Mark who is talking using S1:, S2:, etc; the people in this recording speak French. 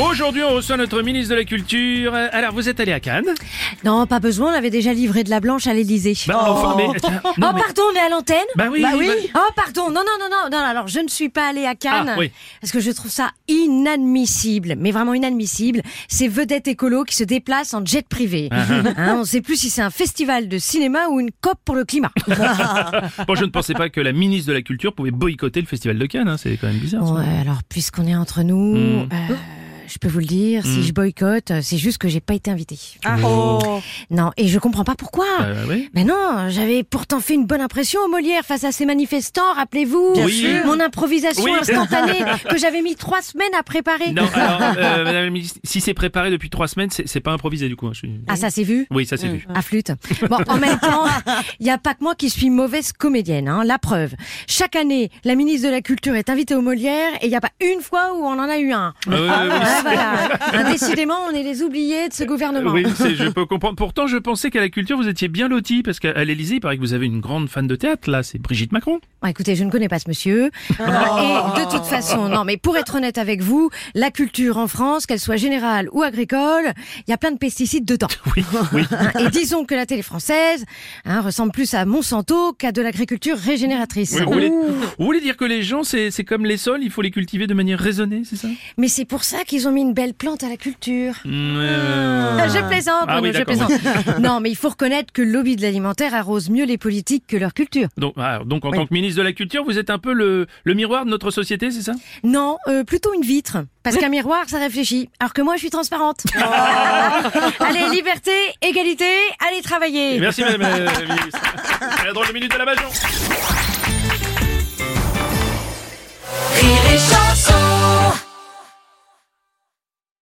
S1: Aujourd'hui, on reçoit notre ministre de la Culture. Euh, Alors, vous êtes allé à Cannes
S2: Non, pas besoin, on avait déjà livré de la blanche à l'Elysée.
S1: Bah, enfin, mais- non,
S2: oh,
S1: mais-
S2: pardon, on est à l'antenne
S1: Bah oui, Bah oui. bah-
S2: Oh, pardon, non, non, non, non, non, alors je ne suis pas allée à Cannes,
S1: Ah, oui.
S2: parce que je trouve ça inadmissible, mais vraiment inadmissible, ces vedettes écolos qui se déplacent en jet privé.
S1: Ah,
S2: Hein, on ne sait plus si c'est un festival de cinéma ou une COP pour le climat.
S1: Bon, je ne pensais pas que la ministre de la Culture pouvait boycotter le Festival de Cannes. hein, C'est quand même bizarre. ça.
S2: Bon, euh, alors, puisqu'on est entre nous,
S1: Mm.
S2: euh, je peux vous le dire,
S1: Hmm.
S2: si je boycotte, euh, c'est juste que j'ai pas été invitée. Non, et je comprends pas pourquoi.
S1: Euh, oui.
S2: Mais non, j'avais pourtant fait une bonne impression au Molière face à ces manifestants, rappelez-vous.
S1: Bien Oui. sûr.
S2: Mon improvisation
S1: Oui.
S2: instantanée que j'avais mis trois semaines à préparer.
S1: Non, alors, euh, madame la ministre, si c'est préparé depuis trois semaines, c'est c'est pas improvisé du coup. hein, je suis-
S2: Ah, ça s'est vu
S1: Oui, ça c'est vu.
S2: à flûte. Bon, en même temps, il n'y a pas que moi qui suis mauvaise comédienne. Hein, la preuve. Chaque année, la ministre de la Culture est invitée au Molière et il n'y a pas une fois où on en a eu
S1: Ah,
S2: un.
S1: oui, oui, oui.
S2: Ah, voilà. Ah, Décidément, on est les oubliés de ce gouvernement.
S1: Oui, c'est- je peux comprendre. Pourtant, je pensais qu'à la culture, vous étiez bien lotis, parce qu'à à l'Élysée, il paraît que vous avez une grande fan de théâtre, là, c'est Brigitte Macron.
S2: Bon, Bah, écoutez, je ne connais pas ce monsieur. Euh,
S1: Ah.
S2: Et de toute façon, non, mais pour être honnête avec vous, la culture en France, qu'elle soit générale ou agricole, il y a plein de pesticides dedans.
S1: Oui, oui.
S2: Hein, Et disons que la télé française hein, ressemble plus à Monsanto qu'à de l'agriculture régénératrice.
S1: Oui, vous, voulez, vous voulez dire que les gens, c'est c'est comme les sols, il faut les cultiver de manière raisonnée, c'est ça
S2: Mais c'est pour ça qu'ils ont mis une belle plante à la culture.
S1: Mm, euh,
S2: Ah, Je plaisante,
S1: Ah oui,
S2: Bruno, je
S1: d'accord,
S2: plaisante. Non, mais il faut reconnaître que le lobby de l'alimentaire arrose mieux les politiques que leur culture.
S1: Donc, ah, donc en tant que ministre de la Culture, vous êtes un peu le, le miroir de notre société, c'est ça
S2: Non, euh, plutôt une vitre. Parce qu'un miroir, ça réfléchit. Alors que moi, je suis transparente. allez, liberté, égalité, allez travailler.
S1: euh, Merci madame la ministre. C'est la drôle de minute de la Bajon.